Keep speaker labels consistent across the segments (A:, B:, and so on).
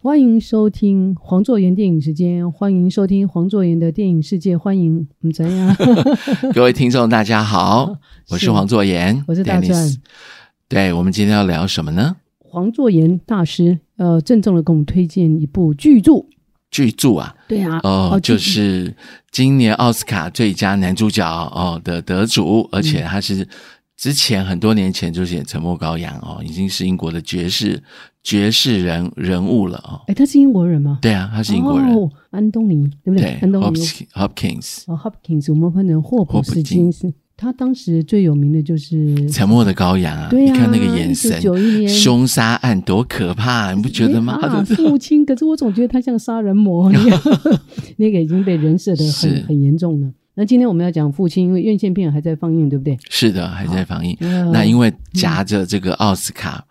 A: 欢迎收听黄作言电影时间，欢迎收听黄作言的电影世界，欢迎嗯怎样？
B: 各位听众，大家好，我是
A: 是
B: 黄作言，
A: 我是大
B: Dennis
A: 蒜。
B: 对，我们今天要聊什么呢？
A: 黄作言大师，呃，郑重的给我们推荐一部巨著，
B: 巨著啊，
A: 对啊，
B: 哦，就
A: 巨
B: 是今年奥斯卡最佳男主角哦的得
A: 嗯
B: 主，而且他是之前很多年前就是演《沉默羔羊》哦，已经是英国的爵士爵士人人物了哦。
A: 哎，他是英国人吗？
B: 对啊，他是英国人，
A: 哦，安东尼，对不对？
B: 对
A: 安东尼
B: Hopkins-，Hopkins，
A: 哦，Hopkins，我们翻成霍普
B: 霍普
A: 斯金斯，他当时最有名的就是，
B: 《沉默的羔羊》啊，
A: 对
B: 你
A: 啊，
B: 看那个眼神，
A: 1991年
B: 凶杀案多可怕，你不觉得吗？
A: 哎
B: 他
A: 啊
B: 的
A: 父亲，可是我总觉得他像杀人 魔，你看那个已经被人设的
B: 是
A: 很很严重了。那今天我们要讲父亲，因为院线片还在放映，对不对？
B: 是的，还在防疫。
A: 嗯
B: 那因为夹着这个奥斯卡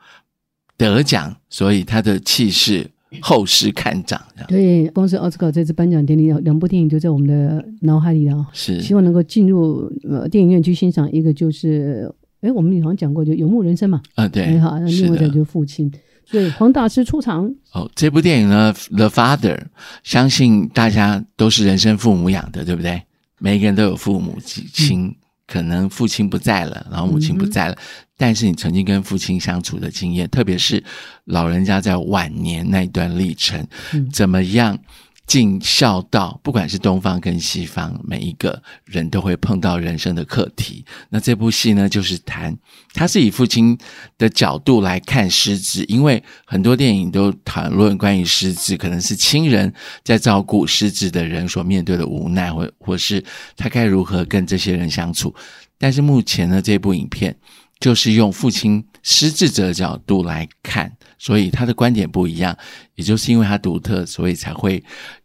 B: 得奖，所以他的气势后世看涨，这样
A: 对，光是奥斯卡这次颁奖典礼，两两部电影就在我们的脑海里了啊。希
B: 是
A: 望能够进入呃电影院去欣赏，一个就是，哎，我们好像讲过，就《游牧人生》嘛，
B: 啊，
A: 哎
B: 对
A: 好，那，
B: 是
A: 另外一个就
B: 的。
A: 是父亲，所以黄大师出场，
B: 哦，这部电影呢，《The Father》，相信大家都是人生父母养的，对不对？每个人都有父母亲，可能父亲不在了，然后母亲不在了，但是你曾经跟父亲相处的经验，特别是老人家在晚年那一段历程，
A: 嗯
B: 怎么样尽孝道，不管是东方跟西方，每一个人都会碰到人生的课题。那这部戏呢，就是谈，它是以父亲的角度来看失智，因为很多电影都谈论关于失智，可能是亲人在照顾失智的人所面对的无奈，或或是他该如何跟这些人相处。但是目前呢，这部影片就是用父亲失智者的角度来看，所以他的观点不一样，也就是因为他独特，所以才会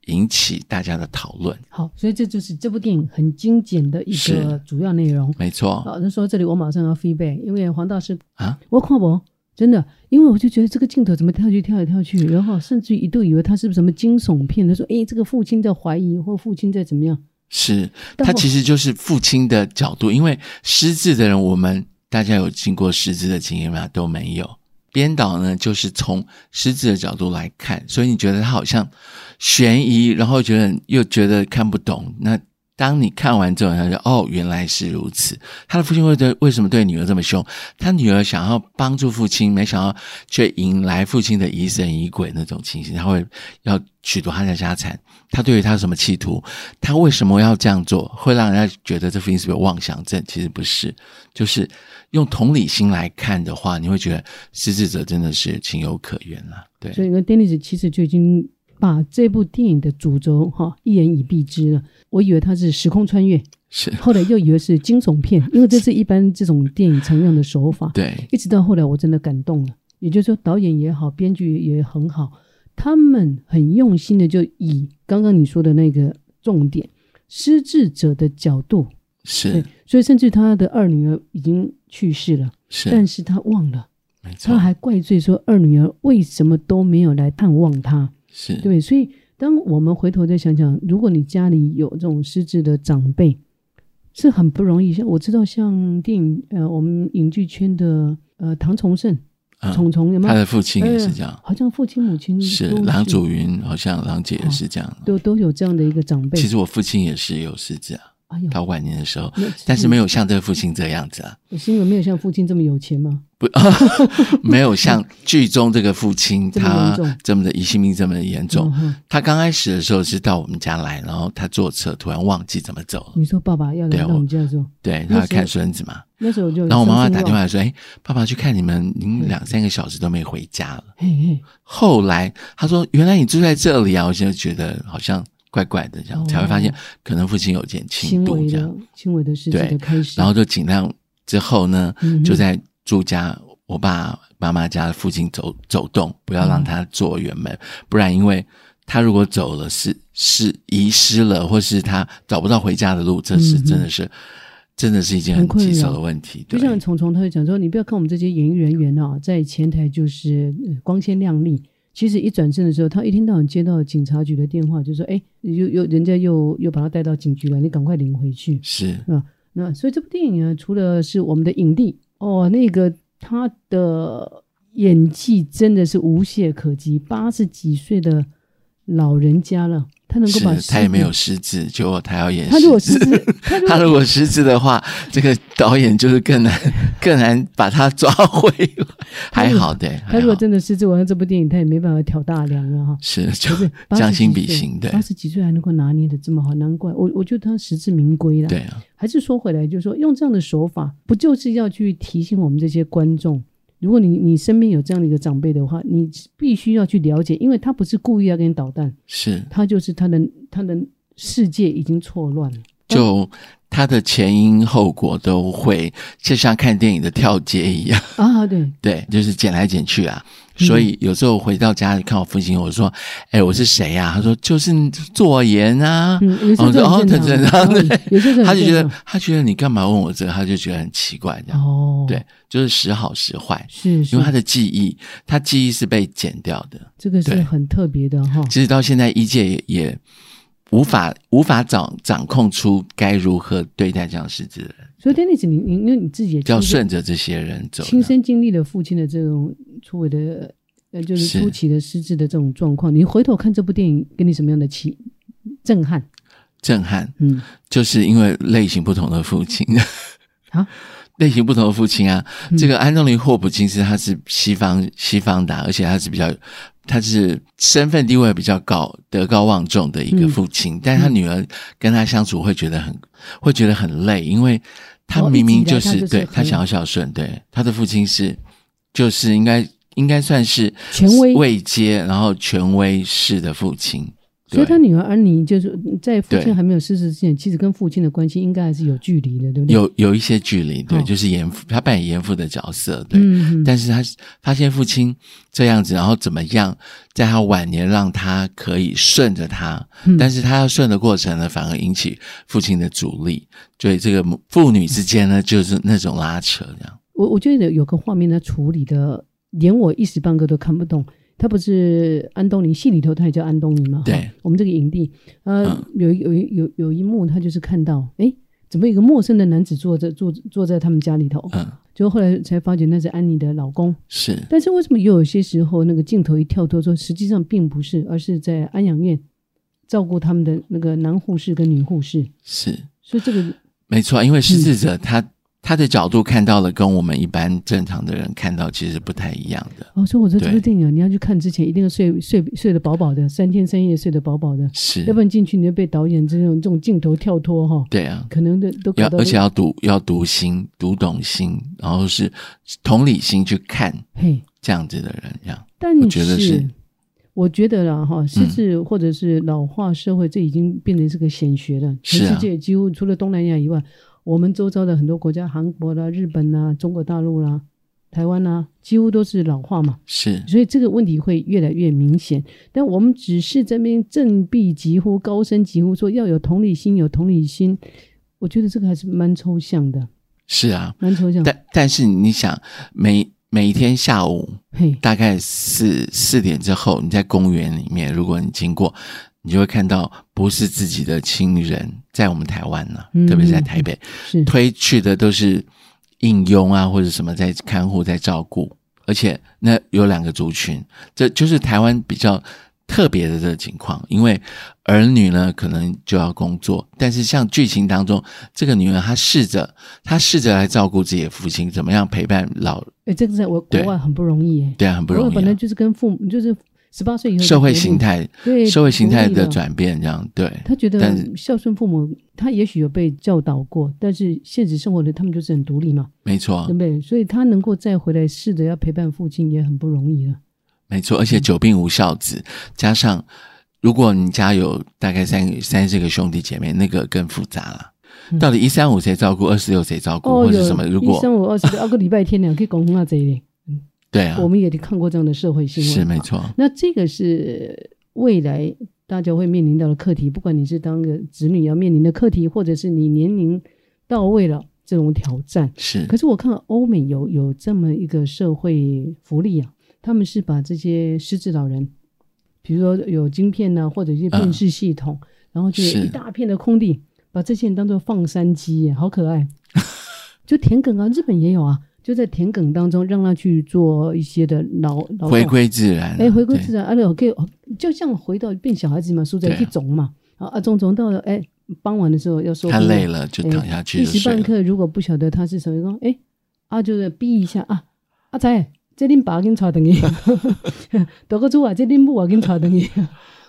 B: 引起大家的讨论。
A: 好，所以这就是这部电影很精简的一个
B: 是
A: 主要内容。
B: 没错，
A: 好，那说到这里我马上要 feedback，因为黄大师
B: 哦啊，
A: 我看我真的，因为我就觉得这个镜头怎么跳来跳来跳去，然后甚至于一度以为他是不是什么惊悚片，他说诶，这个父亲在怀疑或父亲在怎么样，
B: 是
A: 但
B: 他
A: 我
B: 其实就是父亲的角度，因为失智的人，我们大家有经过失智的经验吗？都没有。编导呢，就是从失智的角度来看，所以你觉得他好像悬疑，然后觉得又觉得看不懂。那当你看完之后，他就哦，原来是如此。他的父亲会对为什么对女儿这么凶？他女儿想要帮助父亲，没想到却迎来父亲的疑神疑鬼那种情形，他会要取夺他的家产。他对于他有什么企图？他为什么要这样做？会让人家觉得这父亲是不是有妄想症？其实不是，就是用同理心来看的话，你会觉得失智者真的是情有可原啦。对，
A: 所以呢，Dennis 其实就已经把这部电影的主轴哈一言以蔽之了。我以为它是时空穿越，
B: 是，
A: 后来又以为是惊悚片，因为这是一般这种电影常用的手法。
B: 对，
A: 一直到后来我真的感动了，也就是说导演也好，编剧也很好，他们很用心的就以刚刚你说的那个重点，失智者的角度，对
B: 是，
A: 所以甚至他的二女儿已经去世了，
B: 是，
A: 但是他忘了，
B: 没错
A: 他，还怪罪说二女儿为什么都没有来探望他，对不
B: 是，
A: 对？所以当我们回头再想想，如果你家里有这种失智的长辈，是很不容易。像我知道，像电影呃，我们影剧圈的呃唐崇盛。
B: 嗯，
A: 虫虫有没
B: 他
A: 有？
B: 的父亲也是这样，
A: 好像嗯父亲母亲哦
B: 是
A: 都
B: 郎祖云，好像郎姐也是这样。
A: 都都有这样的一个长辈。
B: 其实我父亲也是有失智啊，
A: 哎呦，
B: 他晚年的时候，
A: 那
B: 但是没
A: 有，嗯
B: 有像这个父亲这样子啊。
A: 是因为没有像父亲这么有钱吗？
B: 不，没有像剧中这个父亲
A: 这么
B: 他
A: 严重
B: 这么的疑心病这么的严重
A: 嗯。哼
B: 他刚开始的时候是到我们家来，然后他坐车突然忘记怎么走了，
A: 你说爸爸要来
B: 对
A: 到你家的时候，
B: 对，
A: 那
B: 他
A: 时候
B: 要看孙子嘛。
A: 那时候我就
B: 然后我妈妈
A: 深
B: 打
A: 深
B: 电话
A: 望，
B: 来说：“哎，爸爸去看你们，
A: 嗯
B: 您两三个小时都没回家了。
A: 嘿嘿，”
B: 后来他说：“原来你住在这里啊！”我现在觉得好像怪怪的，这样、
A: 哦
B: 才会发现可能父亲有点轻
A: 轻
B: 度
A: 微
B: 这样。
A: 的轻微的失智的
B: 对
A: 开始，
B: 然后就尽量之后呢，
A: 嗯哼
B: 就在住家我爸妈妈家附近走走动，不要
A: 嗯
B: 让他坐远门，不然因为他如果走了是是遗失了，或是他找不到回家的路，这
A: 嗯
B: 是
A: 哼
B: 真的是、真的是一件
A: 很
B: 很
A: 困扰
B: 棘手的问题。
A: 就
B: 对，
A: 像虫虫他会讲说，你不要看我们这些演艺人员啊，在前台就是呃光鲜亮丽。其实一转身的时候，他一天到晚接到警察局的电话，就说：“哎，又又人家又又把他带到警局来，你赶快领回去。”
B: 是
A: 那所以这部电影呢，除了是我们的影帝哦，那个他的演技真的是无懈可击。八十几岁的老人家了，他能够把
B: 是他也没有失智，结果他要演
A: 他如果
B: 失
A: 失
B: 智，
A: 智， 他如
B: 他
A: 果
B: 如果失智的话，这个导演就是更难 更难把他抓回来。
A: 他
B: 还
A: 如
B: 好的，
A: 他
B: 还
A: 如果
B: 好
A: 真的失智，我看这部电影他也没办法挑大梁了哈。
B: 是就
A: 可是
B: 将心比心，对
A: 八十几岁还能够拿捏的这么好，难怪我我觉得他实至名归了。
B: 对啊，
A: 还是说回来，就是说用这样的手法，不就是要去提醒我们这些观众？如果你你身边有这样的一个长辈的话，你必须要去了解，因为他不是故意要给你捣蛋，
B: 是
A: 他就是他的他的世界已经错乱了。
B: 就他的前因后果都会，就像看电影的跳接一样。
A: 啊，对，
B: 对，就是剪来剪去啊。
A: 嗯
B: 所以有时候回到家里看我父亲，我说：“哎，我是谁呀、他说：“就是做盐啊。
A: 嗯，有时候这
B: 哦
A: 很
B: 这
A: 正
B: 正常
A: 常，
B: 对
A: 嗯有时候这
B: 他
A: 很
B: 就觉
A: 正
B: 得
A: 常。，
B: 他觉得你干嘛问我这个？他就觉得很奇怪，这样、
A: 哦，
B: 对，，就是时好时坏，
A: 是是
B: 因为，他的记忆，他记忆是被剪掉的。
A: 这个是
B: 对
A: 很特别的哈。
B: 其实到现在，医界也也无法无法掌掌控出该如何对待这样失智的人，
A: 所以 Dennis，你你因为你自己也
B: 要
A: 亲身
B: 顺着这些人走。
A: 亲身经历了父亲的这种出轨的，呃，就是
B: 是
A: 初期的失智的这种状况，你回头看这部电影，给你什么样的启震撼？
B: 震撼，
A: 嗯，
B: 就是因为类型不同的父亲。
A: 啊，
B: 类型不同的父亲啊。
A: 嗯
B: 这个安东尼·霍普金斯他是西方西方的啊，而且他是比较，他是身份地位比较高、德高望重的一
A: 嗯
B: 个父亲，但他女儿跟他相处会觉得很会觉得很累，因为他
A: 哦
B: 明明
A: 一直以
B: 就
A: 来
B: 是、
A: 他就是嗯
B: 对
A: 很
B: 他想要孝顺，对他的父亲是就是应该应该算是
A: 权威
B: 位阶，然后权威式的父亲。
A: 所以
B: 对。
A: 他女儿安妮就是在父
B: 对
A: 亲还没有失智之前，其实跟父亲的关系应该还是有距离的，对不对？，
B: 有有一些距离，
A: 嗯
B: 对，
A: 哦
B: 就是严父，他扮演严父的角色，对，
A: 嗯，嗯
B: 但是他发现父亲这样子，然后怎么样，在他晚年让他可以顺着他，
A: 嗯
B: 但是他要顺的过程呢，反而引起父亲的阻力，所以这个母父女之间
A: 嗯
B: 呢，就是那种拉扯这样。
A: 我我觉得有个画面他处理的，连我一时半刻都看不懂。他不是安东尼，戏里头他也叫安东尼嘛？哈
B: 对，
A: 我们这个影帝，呃，
B: 嗯
A: 有一有一有有一幕，他就是看到，哎，怎么有个陌生的男子坐着坐坐在他们家里头？
B: 嗯，
A: 就后来才发觉那是安妮的老公。
B: 是
A: 但是为什么又有些时候那个镜头一跳脱说，实际上并不是，而是在安养院照顾他们的那个男护士跟女护士，
B: 是，
A: 所以这个
B: 没错，
A: 嗯
B: 因为失智者他、他的角度看到了，跟我们一般正常的人看到其实不太一样的。
A: 哦，所以我说这
B: 对
A: 部电影啊你要去看之前，一定要睡睡睡得饱饱的，三天三夜睡得饱饱的，
B: 是
A: 要，不然进去你就被导演这种这种镜头跳脱哈、
B: 对啊，
A: 可能都都
B: 要
A: 搞到
B: 而且要读要读心，读懂心，然后是同理心去看
A: 嘿，
B: 这样子的人这样。
A: 但是
B: 我觉得是嗯
A: 我觉得啦哈，失智或者是老化社会，这已经变成是个显学了。
B: 是啊
A: 全世界几乎除了东南亚以外，我们周遭的很多国家，韩国啦、日本啦、中国大陆啦、台湾啦，几乎都是老化嘛。
B: 是
A: 所以这个问题会越来越明显。但我们只是这边振臂疾呼、高声疾呼，说要有同理心，有同理心。我觉得这个还是蛮抽象的，
B: 是啊，
A: 蛮抽象。
B: 但但是你想，每每一天下午
A: 嘿，
B: 大概四四点之后，你在公园里面，如果你经过，你就会看到不是自己的亲人，在我们台湾呢、
A: 嗯
B: 特别是在台北，
A: 是
B: 推去的都是应佣啊或者什么在看护在照顾，而且那有两个族群，这就是台湾比较特别的这个情况，因为儿女呢可能就要工作，但是像剧情当中这个女儿她试着她试着来照顾自己的父亲，怎么样陪伴老
A: 哎，这个在我国
B: 对
A: 外很不容易哎。
B: 对啊很不容
A: 我本来
B: 易、啊。
A: 就是跟父母，就是十八岁以后就
B: 社会
A: 决定
B: 形态，
A: 对
B: 社会形态
A: 独立
B: 的
A: 了
B: 转变，这样对，
A: 他觉
B: 但
A: 得
B: 是
A: 孝顺父母，他也许有被教导过，但是现实生活的他们就是很独立嘛，
B: 没错
A: 对，不对？所以他能够再回来试着要陪伴父亲，也很不容易了。
B: 没错，而且久病无孝子，加上如果你家有大概三三四个兄弟姐妹，那个更复杂了。
A: 嗯
B: 到底一三五谁照顾，二四六谁照顾，
A: 哦，
B: 或
A: 有
B: 者什么？ 如
A: 一
B: 果
A: 三五二十啊二个礼拜天呢，可以讲啊这一类，
B: 对 啊
A: 我，们也得看过这样的社会新闻。
B: 是没。错，
A: 那这个是未来大家会面临到的课题，不管你是当个子女要面临的课题，或者是你年龄到位了这种挑战。
B: 是
A: 可是我看欧美有有这么一个社会福利啊，他们是把这些失智老人，比如说有晶片呐、或者一些
B: 嗯
A: 辨识系统，然后就是一大片的空地，把这些人当做放山鸡耶，好可爱。就田埂啊，日本也有啊，就在田埂当中让他去做一些的劳劳动
B: 回归自然啊。
A: 哎，回归
B: 对
A: 自然，而且可以就像回到变小孩子嘛，蔬菜
B: 对啊
A: 去种嘛，啊啊种种到了哎傍晚的时候要收
B: 他
A: 工
B: 累了就
A: 哎
B: 躺下去
A: 一
B: 就
A: 时
B: 睡
A: 半
B: 了。
A: 刻如果不晓得他是什么，讲哎啊就是逼一下啊，阿仔，这恁爸跟带等去， 大哥猪啊，这恁母啊跟带等去。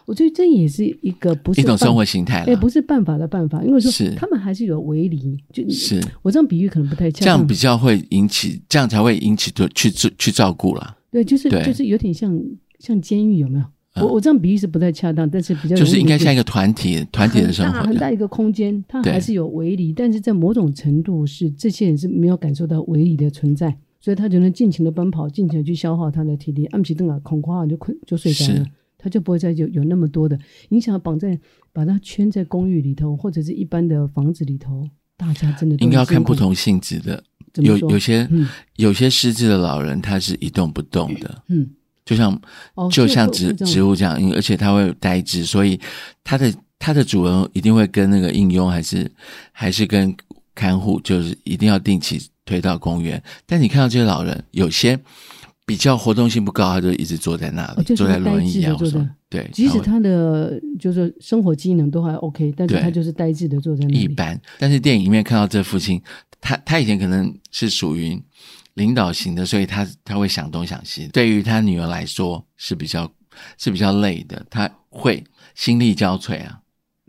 A: 我觉得这也是一个不是
B: 一种
A: 办
B: 生活形态
A: 哎，
B: 了，
A: 不是办法的办法，因为说
B: 是
A: 他们还是有围篱，就是我这样比喻可能不太恰
B: 这
A: 当
B: 样比较会引起，这样才会引起去去去照顾啦。
A: 对，就是
B: 对
A: 就是有点像像监狱有没有？
B: 嗯
A: 我我这样比喻是不太恰当，但是比较
B: 就是
A: 容易
B: 应该
A: 理解
B: 像一个团体团体的生活
A: 很大很
B: 一样，
A: 大一个空间，它
B: 对
A: 还是有围篱，但是在某种程度是这些人是没有感受到围篱的存在，所以他就能尽情的奔跑，尽情的去消耗他的体力，按起凳啊，恐慌啊就困就睡着了
B: 是。
A: 他就不会再有有那么多的，你想要绑在把它圈在公寓里头，或者是一般的房子里头，大家真的都
B: 应该要
A: 很辛
B: 看不
A: 苦。
B: 同性质的。
A: 怎么
B: 有
A: 说
B: 有些
A: 嗯
B: 有些失智的老人，他是一动不动的，
A: 嗯，
B: 就像
A: 哦
B: 就是像
A: 会
B: 植
A: 会这样
B: 植物这样，因为而且它会呆滞，所以它的它的主人一定会跟那个应用还是还是跟看护，就是一定要定期推到公园。但你看到这些老人，有些比较活动性不高，他就一直坐在那里，
A: 哦就是
B: 坐在轮椅啊，
A: 呆滞地
B: 或什
A: 坐
B: 么
A: 着
B: 对，
A: 即使
B: 会
A: 他的就是生活机能都还 OK，但是
B: 对
A: 他就是呆滞的坐在那里。
B: 一般。但是电影里面看到这父亲，他他以前可能是属于领导型的，所以他他会想东想西。对于他女儿来说是比较是比较累的，他会心力交瘁啊。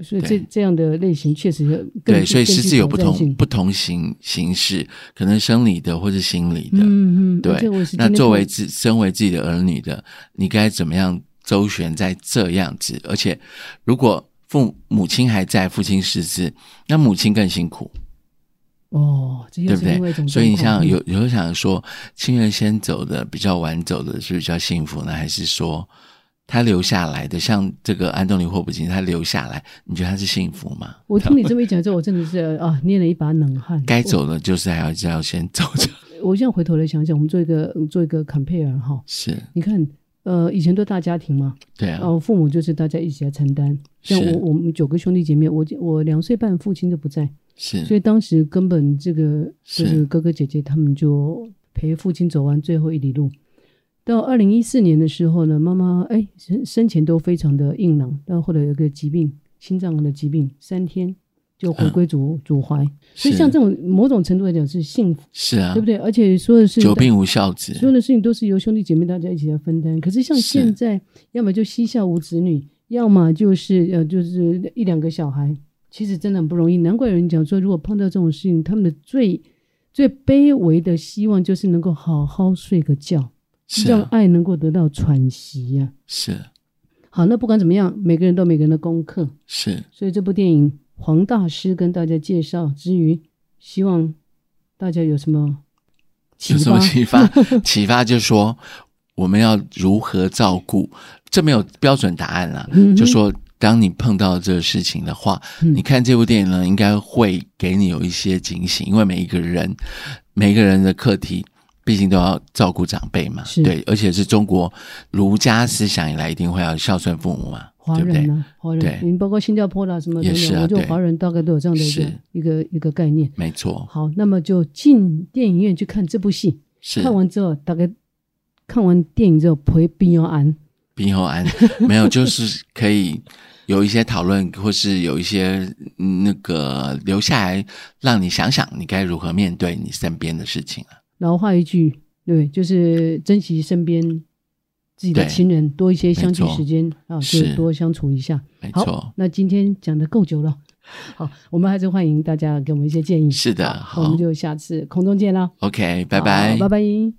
A: 所以
B: 对
A: 这这样的类型确实更
B: 对，所以
A: 更具
B: 失智
A: 挑
B: 有不
A: 战
B: 同
A: 性
B: 不同形形式，可能生理的或是心理的。
A: 嗯嗯，而且
B: 对
A: 我是，
B: 那
A: 今天
B: 作
A: 看
B: 为自身为自己的儿女的，你该怎么样周旋在这样子？而且，如果父母亲还在，父亲失智，那母亲更辛苦。
A: 哦，这又
B: 对不
A: 是另外一
B: 对
A: 种？
B: 所以你
A: 状
B: 像
A: 况嗯
B: 有有想说，亲人先走的比较晚走的是比较幸福呢，还是说他留下来的？像这个安东尼霍普金，他留下来，你觉得他是幸福吗？
A: 我听你这么一讲之后，我真的是啊捏了一把冷汗。
B: 该走的就是还要要先走着，
A: 我，我现在回头来想想，我们做一个做一个 compare 哈，
B: 是
A: 你看。呃，以前都大家庭嘛，
B: 对啊，
A: 哦，父母就是大家一起来承担。像
B: 是
A: 我，我们九个兄弟姐妹，我我两岁半，父亲就不在，所
B: 是
A: 以当时根本这个就是是哥哥姐姐他们就陪父亲走完最后一里路。到二零一四年的时候呢，妈妈哎生生前都非常的硬朗，到后来有个疾病，心脏的疾病，三天就回归主、主怀。所以
B: 嗯是
A: 像这种某种程度来讲是幸福，
B: 是啊
A: 对，不对？而且所有的事情
B: 久
A: 都
B: 病无孝子，
A: 所有的事情都是由兄弟姐妹大家一起来分担。可是像
B: 是
A: 现在，要么就膝下无子女，要么就是呃，就是一两个小孩，其实真的很不容易。难怪有人讲说，如果碰到这种事情，他们的最最卑微的希望就是能够好好睡个觉，
B: 是
A: 让
B: 啊
A: 爱能够得到喘息呀、
B: 是
A: 好，那不管怎么样，每个人都有每个人的功课，
B: 是
A: 所以这部电影黄大师跟大家介绍之余，希望大家有什么启
B: 有什
A: 发
B: 么？启发？ 启发就说我们要如何照顾，这没有标准答案啦。
A: 嗯哼
B: 就说当你碰到这个事情的话，
A: 嗯
B: 你看这部电影呢，应该会给你有一些警醒，因为每一个人每一个人的课题。毕竟都要照顾长辈嘛，
A: 是
B: 对，而且是中国儒家思想以来一定会要孝顺父母嘛，
A: 华
B: 对不对
A: 人？啊，华人
B: 对，
A: 你包括新加坡啦什么等
B: 也是
A: 等，
B: 啊
A: 我觉得
B: 对
A: 华人大概都有这样的一个
B: 是
A: 一个一个概念。
B: 没错，
A: 好，那么就进电影院去看这部戏，
B: 是
A: 看完之后大概看完电影之后陪病友安，
B: 病后安 没有，就是可以有一些讨论，或是有一些嗯那个留下来，让你想想你该如何面对你身边的事情啊。
A: 老话一句，对，就是珍惜身边自己的
B: 对
A: 亲人，多一些相聚
B: 没错
A: 时间啊，就是多相处一下。
B: 没
A: 好
B: 错，，
A: 那今天讲的够久了，好，我们还是欢迎大家给我们一些建议。
B: 是的，
A: 我
B: 好
A: 们就下次空中见啦，
B: ，OK，拜拜，
A: 好拜拜。